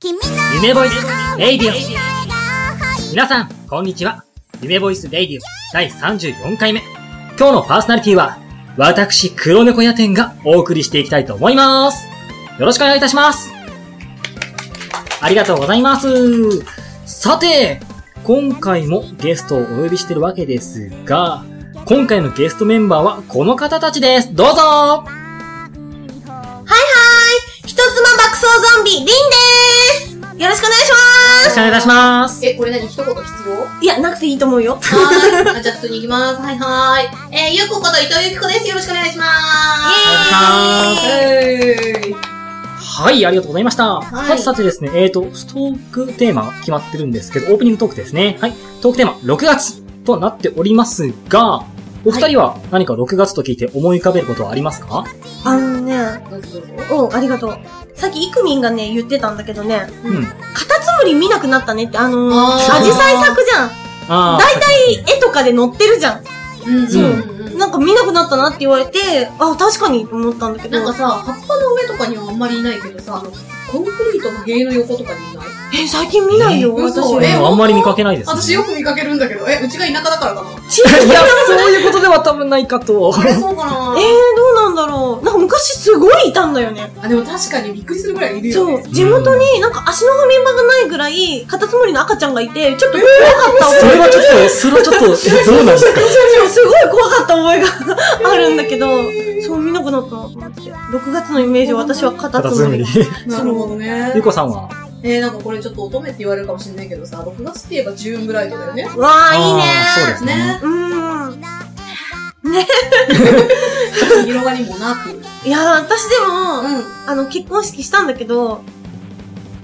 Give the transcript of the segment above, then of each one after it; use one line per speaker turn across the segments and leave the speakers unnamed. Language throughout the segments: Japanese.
君の
夢ボイスレイディオ
笑顔
皆さん、こんにちは。夢ボイスレイディオ第34回目。今日のパーソナリティは、私、黒猫屋店がお送りしていきたいと思います。よろしくお願いいたします。ありがとうございます。さて、今回もゲストをお呼びしてるわけですが、今回のゲストメンバーはこの方たちです。どうぞ
人妻爆走ゾンビ、リンでーすよろしくお願いし
よろしくお願いいたします。
え、これ何一言必要
ますいや、なくていいと思うよ。
はーい。じゃあ普通に行きます。はいはーい。えー、ゆうここと伊藤ゆきこです。よろしくお願いしまーす。イェーイ
はい、ありがとうございました。
はい
さてさてですね、えっ、ー、と、トークテーマが決まってるんですけど、オープニングトークですね。はい。トークテーマ、6月となっておりますが、お二人は何か6月と聞いて思い浮かべることはありますか、
あのね、
どうぞどうぞ。
うん、ありがとう。さっきイクミンがね、言ってたんだけどね、
うん。
カタツムリ見なくなったねって、あのー、
あー
アジサイ咲くじゃん。
ああ。
大体絵とかで載ってるじゃ。
うん
そう
なんか見なくなったなって言われて、あ、確かにと思ったんだけど。
なんかさ、葉っぱの上とかにはあんまりいないけどさ、あの、コンクリートの塀の横とかにいない
え、最近見ないよ、
え
私。
嘘
うん
え
あんまり見かけないです、ね。
私よく見かけるんだけど、え、うちが田舎だからかな。
地
い
域
や、そういうことでは多分ないかと。
あれそうか
え
な
ー、どうなんだろう。なんか昔すごいいたんだよね。
あ、でも確かにびっくりするぐらいいるよ
そ
ね。
う、地元になんか足の踏み場がないぐらい、カタツムリの赤ちゃんがいて、ちょっと怖かった
そ
覚え
れはちょっと、それはちょっと、えどうなんですか
が、すごい怖かった覚えが あるんだけど、そう見なくなったなと思って。6月のイメージは私はカタ
カタ
ツ
ツ
ム
ム
リ
リ。。
なるほどね
ゆ。こさんは
えー、なんかこれちょっと乙女って言われるかもしれないけどさ、6月って言えばジューンブライトだよね。
わあ、いいね
あーそうですね。
ね。
うーん。
広がりもなく。うん。
いやー、私でも、
あ
あの、結婚式したんだけど、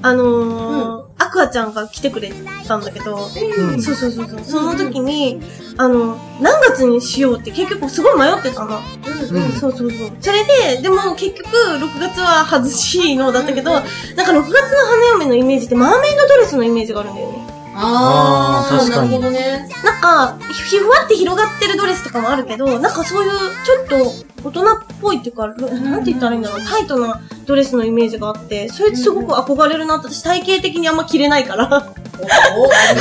あのー、アクアちゃんが来てくれたんだけど、
うん。
そうそうそうそう。その時に、あの、何月にしようって結局すごい迷ってたの。
うん
そうそうそう。それで、でも結局、6月は外しのだったけど、なんか6月の花嫁のイメージって、マーメイドドレスのイメージがあるんだよね。
あ
あー
ー、
確かに
なるほどね。
なんか、ひふわって広がってるドレスとかもあるけど、なんかそういう、ちょっと、大人っぽいっていうか、なんて言ったらいいんだろう、タイトなドレスのイメージがあって、それってすごく憧れるなって、私体型的にあんま着れない から、
おお、ある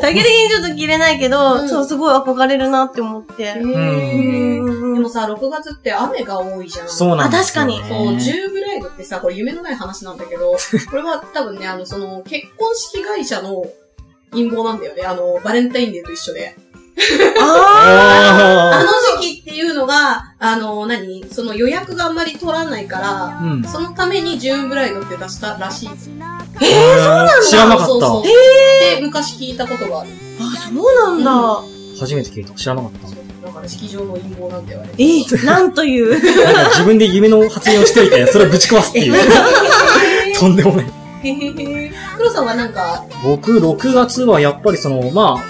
体型的にちょっと着れないけど、
うん
そう、すごい憧れるなって思って。
ん
う
で
んうん
もさ、6月って雨が多いじゃん。
そうなんですよ、ね。
あ確
そう、ジューブライドってさ、これ夢のない話なんだ けど、これは多分ね、あの、その、結婚式会社の陰謀なんだよね。あの、バレンタインデーと一緒で。
あ
あ
あ
の時期っていうのが、あの、何その予約があんまり取らないから、
ーうん。
そのためにジューンブライドって出したらしい。
えー、そうなんだ知らなかった。
そうそうで、昔聞いたことがある。
ーあ、そうなんだ。
初めて聞いた。知らなかった。
だから式場の陰謀なんて言われて。
えー、なんという。
なんか自分で夢の発言をしといて、それをぶち壊すって いう。とんでもない。
黒さんはなんか、
僕、6月はやっぱりその、まあ、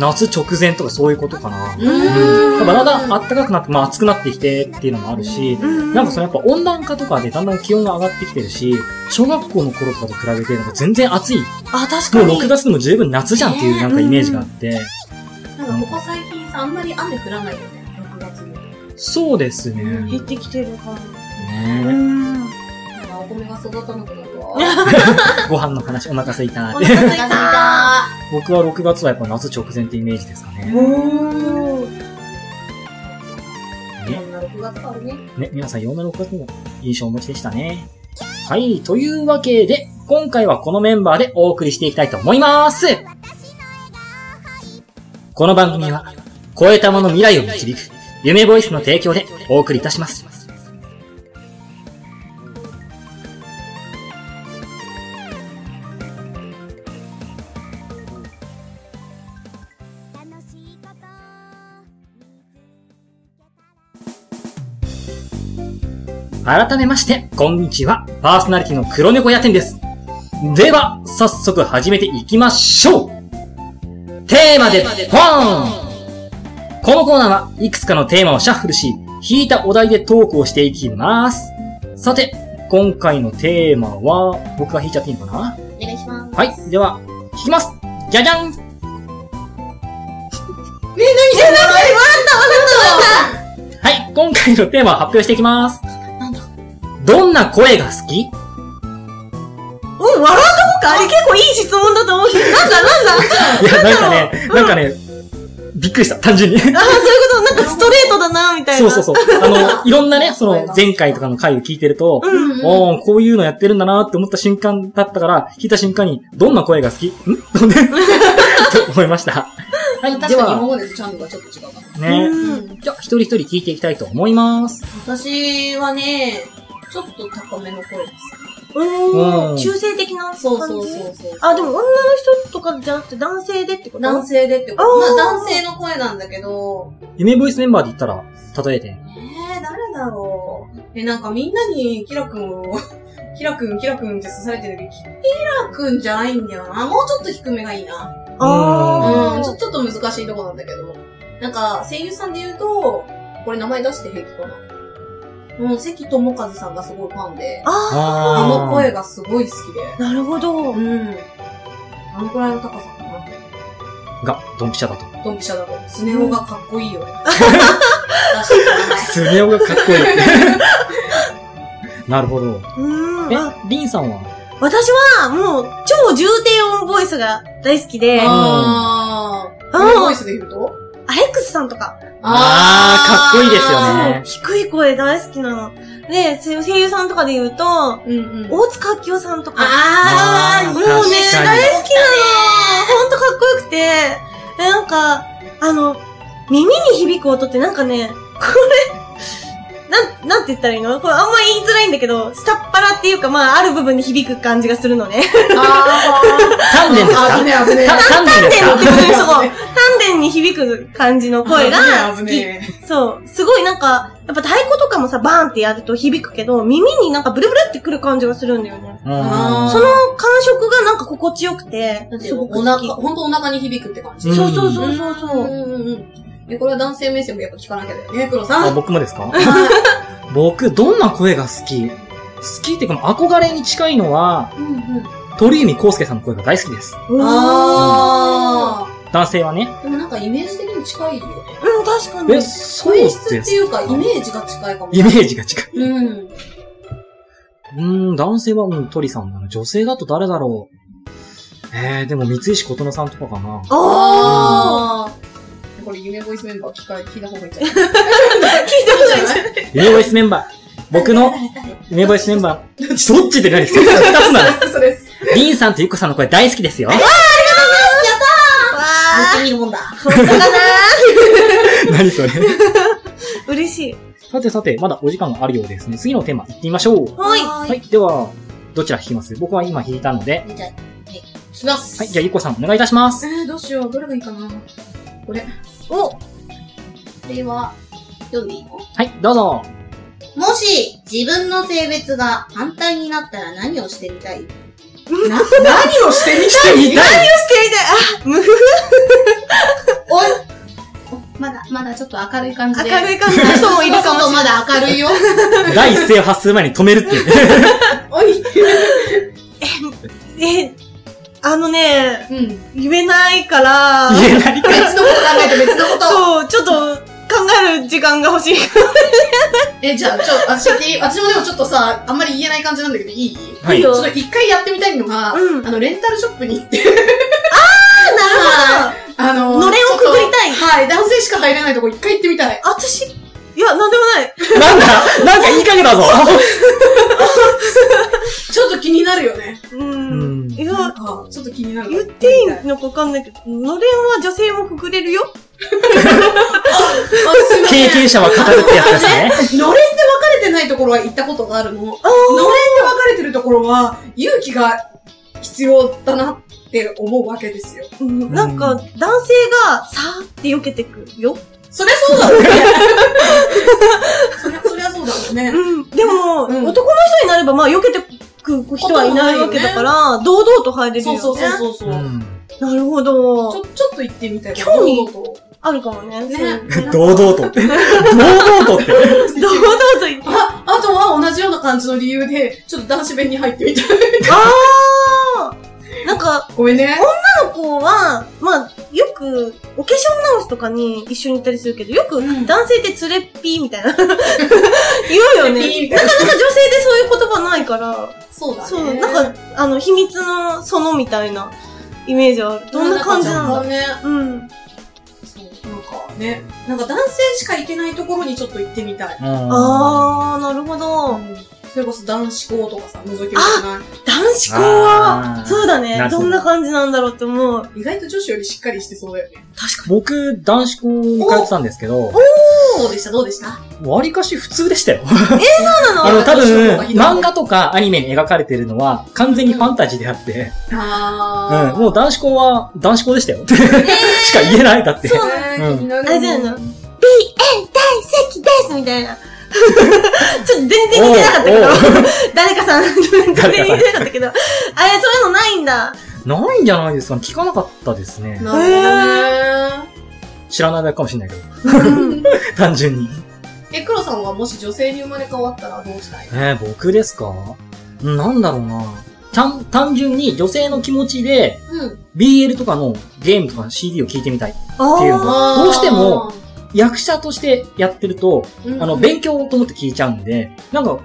夏直前とかそういうことかな。
う
うん。やっぱだんだん
あ
暖かくなって、まあ暑くなってきてっていうのもあるし、なんかそのやっぱ温暖化とかでだんだん気温が上がってきてるし、小学校の頃とかと比べてなんか全然暑い。
あ、確か
も
に。
う6月でも十分夏じゃんっていうなんかイメージがあって。
なんかここ最近さ、あんまり雨降らないよね、6月も。
そうですね。
減ってきてるかも。う
ね
ん。
なんかお米が育たなくなるわ。
ご飯の話、お腹すいた。
お腹すい
お
た。
腹
僕は6月はやっぱ夏直前ってイメージですかね。
おー。
すいた。こんな6月あるね。
ね、皆さんいろんな6月の印象をお持ちでしたね。はい、というわけで、今回はこのメンバーでお送りしていきたいと思いますこの番組は、超えたもの未来を導く、夢ボイスの提供でお送りいたします。改めまして、こんにちは。パーソナリティの黒猫屋店です。では、早速始めていきましょうテーマでポーンこのコーナーはいくつかのテーマをシャッフルし、引いたお題でトークをしていきます。さて、今回のテーマは、僕が引いちゃっていいのかな
お願いします。
はい、では、引きますじゃじゃんはい、今回のテーマを発表していきます。どんな声が好き
うん、笑うとかあれ結構いい質問だと思うけど、なんだなんだ
いや、なんかね、なんかね、びっくりした、単純に。
ああ、そういうこと、なんかストレートだな、みたい
そ
な。
うそうそう。あの、いろんなね、その前回とかの回を聞いてると、
うん。
うん
おーこういうのやってるんだなって思った瞬間だったから、聞いた瞬間に、どんな声が好きんどんなと思いました。はい、で
確かに今
は、
までとチャンネルがちょっと違うかな。
ね、
うん
じゃあ一人一人聞いていきたいと思います。
私はね、ちょっと高めの声です。
お
うん
ー、中性的な感じ
そうそうそうそう。
あ、でも女の人とかじゃなくて男性でってこと
男性でってこ
あ
と。
ー
まあ男性の声なんだけど、
夢ボイスメンバーで言ったら、例えて。
えー、誰だろう。え、なんかみんなにキラくんを、 キラくん、キラくんって刺されてるけど、キラくんじゃないんだよな。もうちょっと低めがいいな。
あ
う
ー
ん、ちょちょっと難しいとこなんだけど。なんか、声優さんで言うと、これ名前出して平気かな。うん、関智和さんがすごいファンで、
あ
あ
あ
の声がすごい好き
ー、なるほど。
で。うん。あのくらいの高さかな。
が、ドンピシャだと。
ドンピシャだと。スネ夫がかっこいい よね。出してくれない
スネ夫がかっこい い。なるほど。
うーん。
え
あ、
リンさんは
私は、もう、超重低音ボイスが大好きで、あ
あ
あ
ー。
ー
あボイスで言うと
アレックスさんとか、
あーかっこいいですよね
そう、低い声大好きなの。で、声声優さんとかで言うと、
うんうん。
大塚明夫さんとか、
あ
あー
もうね、
確か
大
に
好きなの。ほんとかっこよくて、でなんか、あの、耳に響く音ってなんかね、これ、なん、なんて言ったらいいのこれあんま言いづらいんだけど、下っ腹っていうか、まあ、ある部分に響く感じがするのね。
あ
丹念ですか
あ危ねえ危ねえ
た丹念です
丹念っ
か
てことで、そこ。丹念に響く感じの
ー。
声が好
危
き。
ねえ
そう。すごいなんか、やっぱ太鼓とかもさ、バーンってやると響くけど、耳になんかブルブルってくる感じがするんだよね。
うん
あー
その感触がなんか心地よくて、
危ねえ
すごく
お
好
腹、
き。
ほんとお腹に響くって感じ。
うん
そうそうそうそうそう。
んうんうん。でこれは男性目線もやっぱ聞かなきゃだよね、黒さ
あ、
ん。
僕もですか僕、どんな声が好き好きっていうか、もう憧れに近いのは、
うんうん。
鳥海康介さんの声が大好きです。
あ
男性はね。
ー。でもなんかイメージ的に近いよね。
うん、確かに。
え、そう
声
で
質って
す。
いうか、イメージが近いかも。
イメージが近い。
うん。
うーん、男性は、うん、鳥さんだな。女性だと誰だろう。えー、でも、三石琴乃さんとかかな。
あ
あー。これ、夢ボイスメンバー聞か聞いた方がいいんじゃ ない
ー聞いたことない。
夢ボイスメンバー。僕の夢ボイスメンバー。どっちって何二つ二つなの
そうです。
リンさんとゆっこさんの声大好きですよ。
わ
めっちゃいいもんだ。
ー、本当だな
何それ。
ー。嬉しい。
さてさて、まだお時間があるようですね。次のテーマ、行ってみましょう。
はい。
はい、では、どちら弾きます僕は今弾いたので。
い。じゃあ、はい。します。
はい、じゃあ、ゆっこさんお願いいたします。
えー、どうしよう。どれがいいかな。これ。
お、
これは、読んでいいの
はい、どうぞ。
もし、自分の性別が反対になったら何をしてみたい な、
何をしてみたいしてみたい
してみたい。あ、無風
おいおまだ、まだちょっと明るい感じで。
明るい感じの人もいるかもしれない。
い。まだ明るいよ。
第一声を発する前に止めるって いう。
おい。
え、あのね、
うん。
言えないから、
言えない。
別のこと考えて別のこと。
そう、ちょっと考える時間が欲しい。
え、じゃあ、ちょ、私、私もでもちょっとさ、あんまり言えない感じなんだけど、いい
はいい
い。よ
ちょっと一回やってみたいのが、
うん
あの、レンタルショップに行って、
なる
あの、
のれんをくぐりたい
ちょっとはい、男性しか入れないとこ一回行ってみたい。
ほど。私、いや、なんでもない。
なんだ、なんかいい加減 だぞ。
ちょっと気になるよね。
う
うん
ん。いや、
あちょっと気になる。
言っていいのかわかんないけど、のれんは女性もくぐれるよ。
経験者は語るってやつですね。
のれんで分かれてないところは行ったことがあるの。のれんで分かれてるところは、勇気が必要だなって思うわけですよ。
うんなんか、男性がさーって避けてくよ。
そりゃそうだろ うね。そりゃ、そりゃそうだろうね。
うん。でも、
うん
男の人になれば、まあ、避けてく人はいないわけだから、堂々と入れるよ、
そう
ね。
そうそうそうそう。
うん
なるほ
ち
ど。
ょ、ちょっと行ってみたい。
興味
堂々
あるかもね。
と
そう
ね。
堂々と。堂々とって。
堂々と言って。
あ、あとは同じような感じの理由で、ちょっと男子弁に入ってみたい。
あーなんか、
ごめんね。
女の子は、まあ、よく、お化粧直しとかに一緒に行ったりするけど、よく
うん
男性ってつれっぴーみたいな。言 うよね。
ピーみ
な
たい
か
な
なか女性でそういう言葉ないから、
そうだね。
そう、なんか、あの、秘密の園みたいなイメージはある。どんな感じなんだ
かね。
うん。
そう、なんかね。なんか男性しか行けないところにちょっと行ってみたい。
あ
あー、なるほど。
それこそ男子校とかさ、覗けるじゃな
男子校は
あ、ー
そうだ
な
ね。
るほ
ど
ど
んな感じなんだろうって思う。
い意外と女子よりしっかりしてそうだよね。
僕、男子校に通ってたんですけど、
どうでしたどうでした
割かし普通でしたよ。
そうな
あ
の
の、多分、
男子の方が
漫画とかアニメに描かれてるのは、完全にファンタジーであって、うん、
あ
もう男子校は男子校でしたよ。 しか言えない、だって。
そう
え
うん
ー気になる
あれだよな。BN 大好きですみたいな。 ちょっと全然似てなかったけど
おうおう、
誰かさん、全然似てなかったけ ど、あれ、そういうのないんだ。
ないんじゃないですかね聞かなかったですね。
なるほどね。
知らないだけかもしれないけど。単純に。
え、黒さんはもし女性に生まれ変わったらどうしたい
えー、僕ですかなんだろうな。単、単純に女性の気持ちで、
うん。
BL とかのゲームとか CD を聞いてみたい。っていうの
あ
がどうしても、役者としてやってると、あの、勉強と思って聞いちゃうんで、なんか、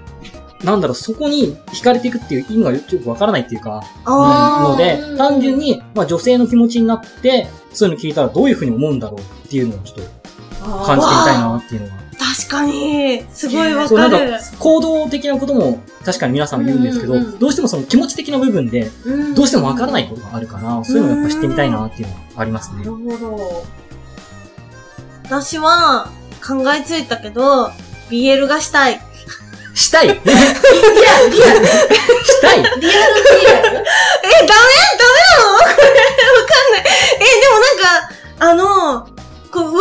なんだろう、そこに惹かれていくっていう意味がよくわからないっていうか、
ーあ
ので
うん、
単純に、まあ女性の気持ちになって、そういうの聞いたらどういうふうに思うんだろうっていうのをちょっと感じてみたいなっていうのが。
ー確かに、すごいわ
そう、な
か
んか
る。、
行動的なことも確かに皆さん言うんですけど、
うんうんうん
どうしてもその気持ち的な部分で、
うん
どうしてもわからないことがあるから、そういうのをやっぱ知ってみたいなっていうのはあります
な
ね。
るほど。
私は、考えついたけど、BL がしたい。
したいし
リアル、リア
たい
ル、リアル、リ
え、ダメダメ
アル。
なの これわかんない。え、でもなんか、あの、こう噂に、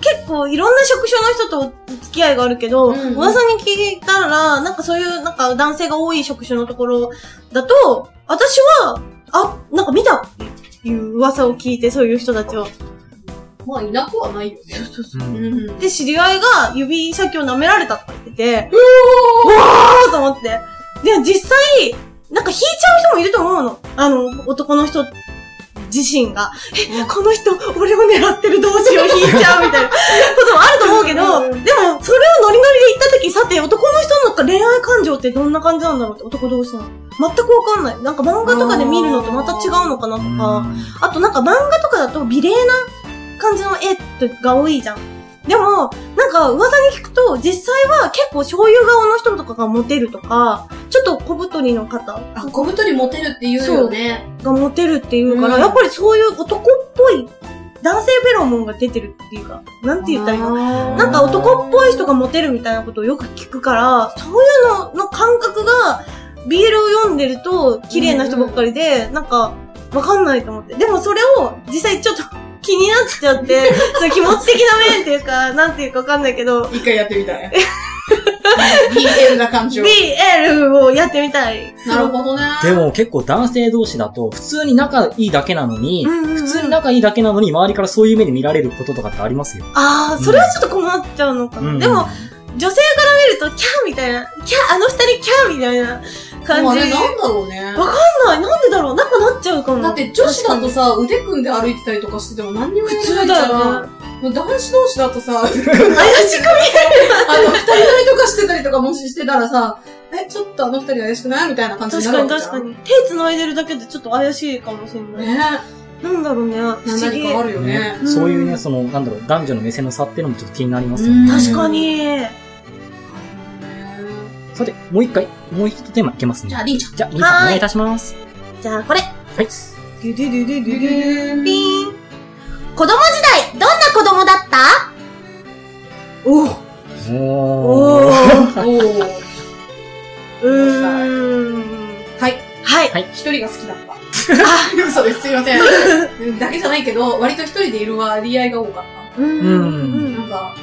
結構いろんな職種の人と付き合いがあるけど、
うんうん
噂に聞いたら、なんかそういう、なんか男性が多い職種のところだと、私は、あ、なんか見たっていう噂を聞いて、そういう人たちを。
まあ、いなくはないよね。そうそう
うん
ん。
で、知り合いが指先を舐められたって言ってて、うわーと思って。で、実際、なんか引いちゃう人もいると思うの。あの、男の人自身が。え、この人、俺を狙ってる同士を引いちゃうみた いなこともあると思うけ
う
ど、
ん
でも、それをノリノリで言った時、さて、男の人のなんか恋愛感情ってどんな感じなんだろうって、男同士の。全くわかんない。なんか漫画とかで見るのとまた違うのかなとか。あとなんか漫画とかだと美麗な感じの絵が多いじゃん。でも、なんか噂に聞くと、実際は結構醤油顔の人とかがモテるとか、ちょっと小太りの方
あ、小太りモテるって言うよね。
がモテるっていうから、
うん
やっぱりそういう男っぽい、男性フェロモンが出てるっていうか、なんて言ったらいいの
あー
なんか男っぽい人がモテるみたいなことをよく聞くから、そういうのの感覚が、BL を読んでると、綺麗な人ばっかりで、なんか、わかんないと思って。でもそれを、実際ちょっと気になっちゃって、 そう気持ち的な面っていうか、なんていうかわかんないけど、
一回やってみたい。BL な感じを。
BL をやってみたい。
なるほどね。
でも結構男性同士だと、普通に仲いいだけなのに、
うんうんうん
普通に仲いいだけなのに、周りからそういう目で見られることとかってありますよ。
ああ、それはちょっと困っちゃうのかな。
うん
でも、、女性から見ると、キャーみたいな、キャー、あの二人キャーみたいな
でも
感
あ
じ。
れ
わ
なんだろうね。
わかんない。なんでだろうなんかなっちゃうかも。
だって女子だとさ、腕組んで歩いてたりとかしてても何にも言
普
えな
通
い
だ
から、
よね。
もう男子同士だと さ、あの、二人
怪しく
乗りとかしてたりとかもししてたらさ、え、ちょっとあの二人怪しくないみたいな感じに
確
なる
か
わ
に
けじゃ
確
ん
かに。手繋いでるだけでちょっと怪しいかもしれない。
ね
なんだろうね。不思議。
何かあるよね。
うん
そういうね、その、なんだろう、男女の目線の差っていうのもちょっと気になりますよ
う
ね。
ん
確かに。
さて、もう一回、もう一テーマいけますね。
じ
じ
ゃ
ゃ
あ、
あ、
りんちゃん。
りんさん
はーい
お願いいたします。
じゃあこれ。
はい。
ドゥドゥドゥド
ル
ゥ
ル
ドゥ
ーン
ピーン。子供時代、どんな子供だったおう
お
お
ー。
ー。
おー。
うーん。
はい。
はい。
はい、
一人が好きだった。あ、そうです。すいません。うん だけじゃないけど、割と一人でいる割合が多かっ
うー
た。
ん
なんか、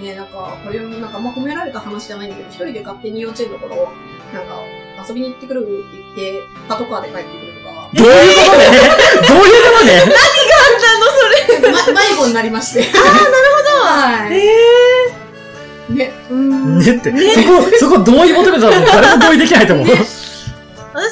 ね、なんか、これもなんかあんま褒められた話じゃないんだけど、一人で勝手に幼稚園の頃、なんか、遊びに行ってくるって言って、パトカーで帰ってくるとか
どういうことでどういうことで
ま、迷子になりまして。 あー、なるほど。はい。
え
ね、
ー。うーん
ねって。そこ、そこ同意求めたら誰も同意できないと思う。
私さ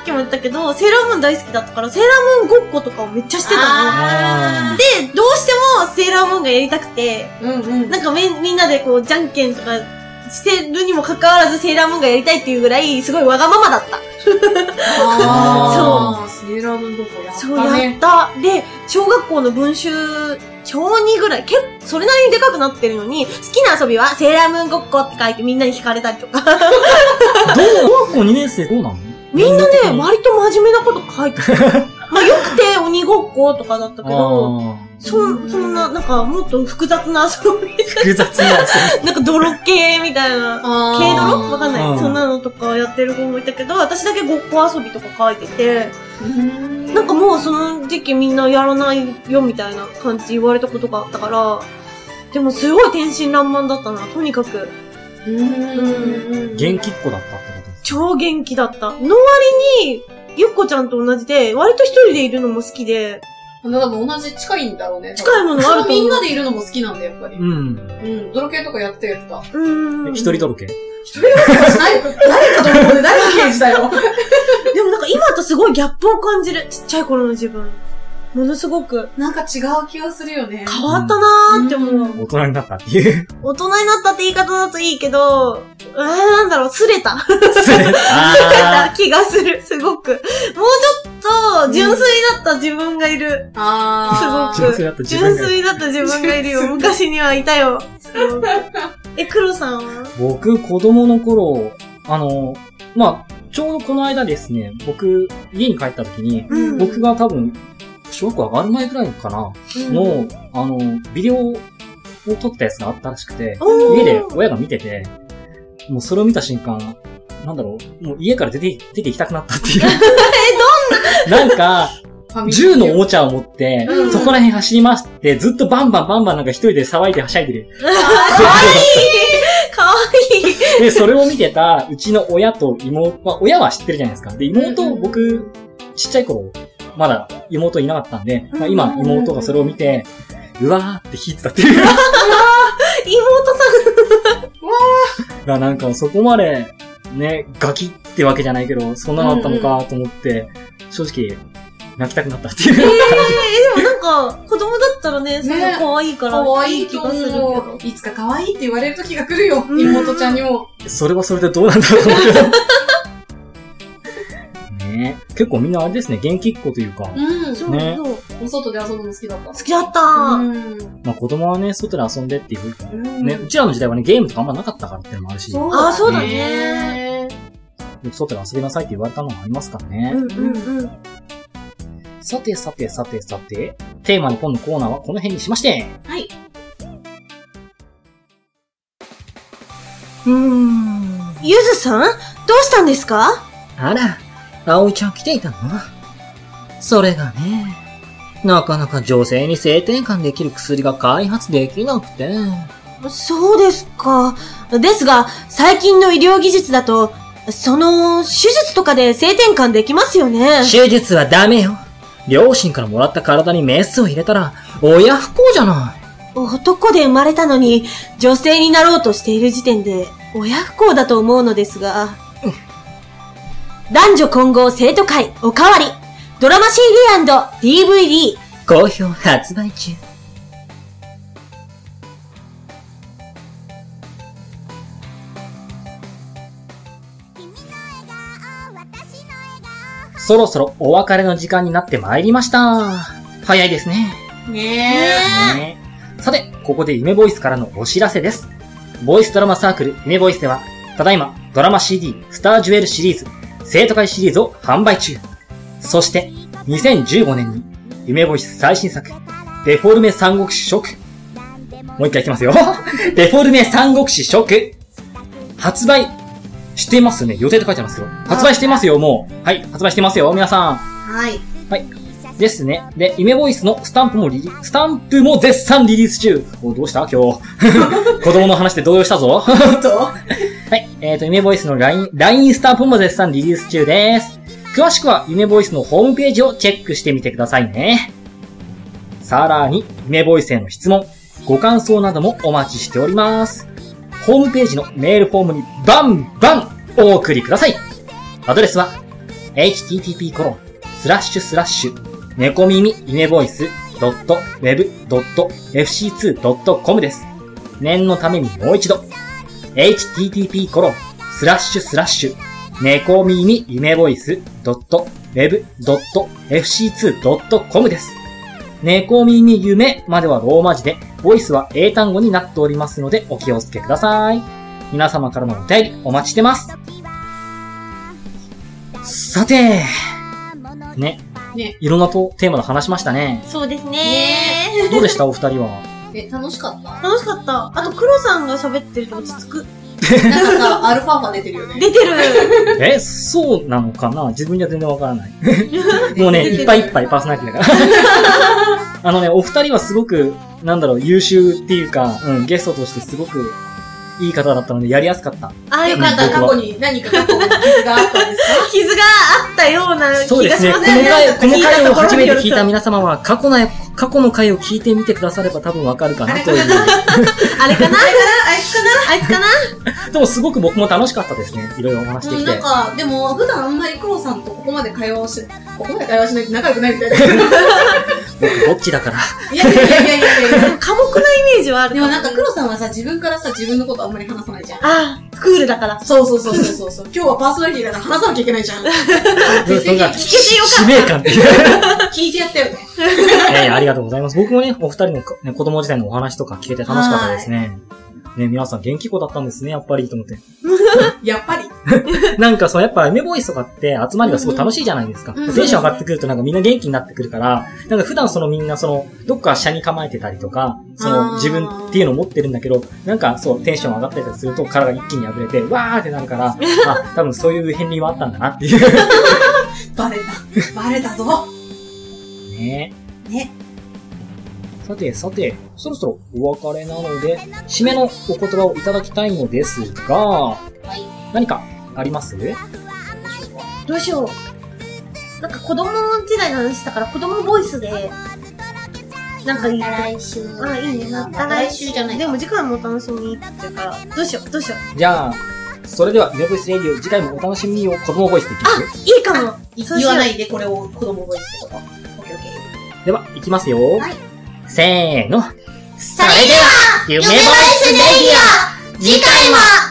っきも言ったけど、セーラームーン大好きだったから、セーラームーンごっことかをめっちゃしてたの。
あ
で、
で、どうしてもセーラームーンがやりたくて、
ーうんうん。
なんかみみんなでこう、じゃんけんとかしてるにもかかわらずセーラームーンがやりたいっていうぐらい、すごいわがままだった。
あーそう。セーラームーンごっこやったね。
そうやった。で、小学校の文集、小2ぐらい、結構、それなりにでかくなってるのに、好きな遊びは、セーラームーンごっこって書いてみんなに惹かれたりとか。
どう小学校2年生どうなの
みんな
う
ね、割と真面目なこと書いてる。まあ、よくて鬼ごっことかだったけど、
あ
そ、そんな、なんか、もっと複雑な遊び。
ー複雑な、そう
なんか、泥系みたいな。
あー
軽泥わかんな
う
い。
ん
そんなのとかやってる子もいたけど、私だけごっこ遊びとか書いてて、
うん
なんかもうその時期みんなやらないよみたいな感じ言われたことがあったから、でもすごい天真爛漫だったな、とにかく。
うん。
元気っ子だったってことです
超元気だった。の割に、ゆっこちゃんと同じで、割と一人でいるのも好きで、
多分同じ近いんだろうね。
近いものあると思う
みんなでいるのも好きなんだ、やっぱ り。
うん。
うん。泥系とかやってやってた。
うーん。
一人泥系
一人だけはしない。誰か泥棒で誰か刑事だよ。
でもなんか今とすごいギャップを感じる。ちっちゃい頃の自分。ものすごく
なんか違う気がするよね。
変わったなーって思う。
うん
大人になったっていう。
大人になったって言い方だといいけど、うーん、なんだろう、すれた。
あ
気がする、すごく。もうちょっと、純粋だった自分がいる。
あー。
す
純粋だった自
純
分が。
粋だった自分がいるよ。
純
昔にはいたよ。そうえ、黒さんは
僕、子供の頃、あの、まあ、ちょうどこの間ですね、僕、家に帰った時に、
うん
僕が多分、小学校上がる前くらいかな、
うん
の、あの、ビデオを撮ったやつがあったらしくて、
おー
家で親が見てて、もうそれを見た瞬間、なんだろう、もう家から出て、出て行きたくなったっていう。え、どんななんか、
ファミリー
銃のおもちゃを持って、
うん
そこら辺走り回って、ずっとバンバンバンバンなんか一人で騒いではしゃいでる。
かわいいかわいい
で、それを見てた、うちの親と妹、まあ、親は知ってるじゃないですか。で、
うん
妹、
うん
僕、ちっちゃい頃、まだ妹いなかったんで、まあ、
うん
今、
うんうん
妹がそれを見て、うわーって弾いてたっていう。
妹さ
が、なんか、そこまで、ね、ガキってわけじゃないけど、そんなのあったのかと思って、正直、泣きたくなったっていう。
ん、でもなんか、子供だったらね、すごい
ね
可愛いから、
可愛
い
い
い気
気
が
が
す
す
る
る
け
け
ど
ど。。いつか可愛いって言われる時が来るよ、
うん
妹ちゃんにも。
それはそれでどうなんだろうと思って。ね結構みんなあれですね、元気っ子というか、
うん。
そう
ね
そう。
お外で遊ぶの好きだった。
好きだった
うん。
まあ子供はね、外で遊んでっていう
うん
ね、うちらの時代はね、ゲームとかあんまなかったからっていうのもあるし、
そう
あー、そうだね。
ね外で遊びなさいって言われたのもありますから
う
ね。
んうんうん。
さてさてさてさて、テーマの今のコーナーはこの辺にしまして、
はい。
うーんゆずさんどうしたんですか
あら、葵ちゃん来ていたのそれがね、なかなか女性に性転換できる薬が開発できなくて。
そうですか。ですが、最近の医療技術だと、その、手術とかで性転換できますよね。
手術はダメよ。両親からもらった体にメスを入れたら、親不幸じゃない。
男で生まれたのに、女性になろうとしている時点で、親不幸だと思うのですが。男女混合生徒会、おかわり、ドラマ CD&DVD、
好評発売中。そろそろお別れの時間になってまいりました。早いですね。
ね
ねさて、ここで夢ボイスからのお知らせです。ボイスドラマサークル夢ボイスでは、ただいまドラマ CD スタージュエルシリーズ、生徒会シリーズを販売中。そして、2015年に夢ボイス最新作、デフォルメ三国志ショック。もう一回いきますよ。デフォルメ三国志ショック。発売してますね。予定と書いてますけど。発売してますよ、もう。はい、発売してますよ、皆さん。
はい。
はい。ですね。で、イメボイスのスタンプもリリ、スタンプも絶賛リリース中。お、どうした今日。 子供の話で動揺したぞ。 は
ちょっと
い。えっ、ー、と、イメボイスの LINE、LINE スタンプも絶賛リリース中です。詳しくは、イメボイスのホームページをチェックしてみてくださいね。さらに、イメボイスへの質問、ご感想などもお待ちしております。ホームページのメールフォームにバンバンお送りください。アドレスは、 http コロン、スラッシュスラッシュ、猫耳イメボイス、ドット、ウェブ、ドット、fc2.com です。念のためにもう一度、http コロン、スラッシュスラッシュ、猫耳イメボイス、ドット、ウェブ、ドット、fc2.com です。猫耳夢まではローマ字で、ボイスは英単語になっておりますので、お気をつけください。皆様からのお便りお待ちしてます。さて、ね、
ね
いろんなとテーマで話しましたね。
そうですね
どうでしたお二人は。
え、楽しかった
楽しかった。あと、黒さんが喋ってると落ち着く。
なんかさ、アルファーファ出てるよね。
出て る
え、そうなのかな自分には全然わか らない。もうね、いっぱいいっぱいパーソナリティだから。あのね、お二人はすごく、なんだろう、優秀っていうか、うん、ゲストとしてすごくいい方だったので、やりやすかった。
ああ、
あ、
よ
よ
か
か
っ
ったた。。過去に何か過去に傷があったんですか
傷があったような気がします
そうですね。この回、この
聞いた
回を
ところ
初
に
めて
よると
聞いた皆様は、過去の、過去の回を聞いてみてくだされば多分わかるかなという。
あれかなあいつかなあいつかな
でもすごく僕も楽しかったですね。いろいろお話 して
う
き
ん、な
て
ん。か、でも、普段あんまりクロさんとここまで会話をし、ここまで会話しないと仲良くないみた いな。い
僕、ぼっちだ から。
やいやいやいやいやいや。
寡黙なイメージはある
でもなんか、クロさんはさ、自分からさ、自分のことあんまり話さないじゃん。
ああ、クールだから。
そうそうそうそうそうそう。今日はパーソナリティだから話さなきゃいけないじゃん。
そうそんな、
聞けてよかった
使命感っていう。
聞いてやったよね。
ええありがとうございます。僕もね、お二人のか、ね、子供時代のお話とか聞けて楽しかったですね。ね、皆さん元気子だったんですね、やっぱりと思って。
やっぱり。
なんかそう、やっぱ夢ボイスとかって集まりがすごい楽しいじゃないですか。
うんうん
テンション上がってくるとなんかみんな元気になってくるから、なんか普段そのみんなその、どっか下に構えてたりとか、そ
あ
の
ー
自分っていうのを持ってるんだけど、なんかそう、テンション上がったりとかすると体が一気に破れて、わーってなるから、 あ、多分そういう片鱗はあったんだなっていう。
バレた。バレたぞ。
ね
ね。
さてさて、そろそろお別れなので、締めのお言葉をいただきたいのですが、何かあります
どうしよう。なんか子供時代の話したから子供ボイスで、なんかいい。あ
来週。
あ、いいね。また
来週じゃない
でも次回もお楽しみっていうから、どうしよう、どうしよう。
じゃあ、それでは、メボイスレディオ、次回もお楽しみにを子供ボイスでいきます
いいかも。そうし
言
よう
わないでこれを子供覚えってこと。オッケーオッケー。
では、いきますよ。
はい
せーの。それでは、夢ボイ
夢ボイスレディオ次回も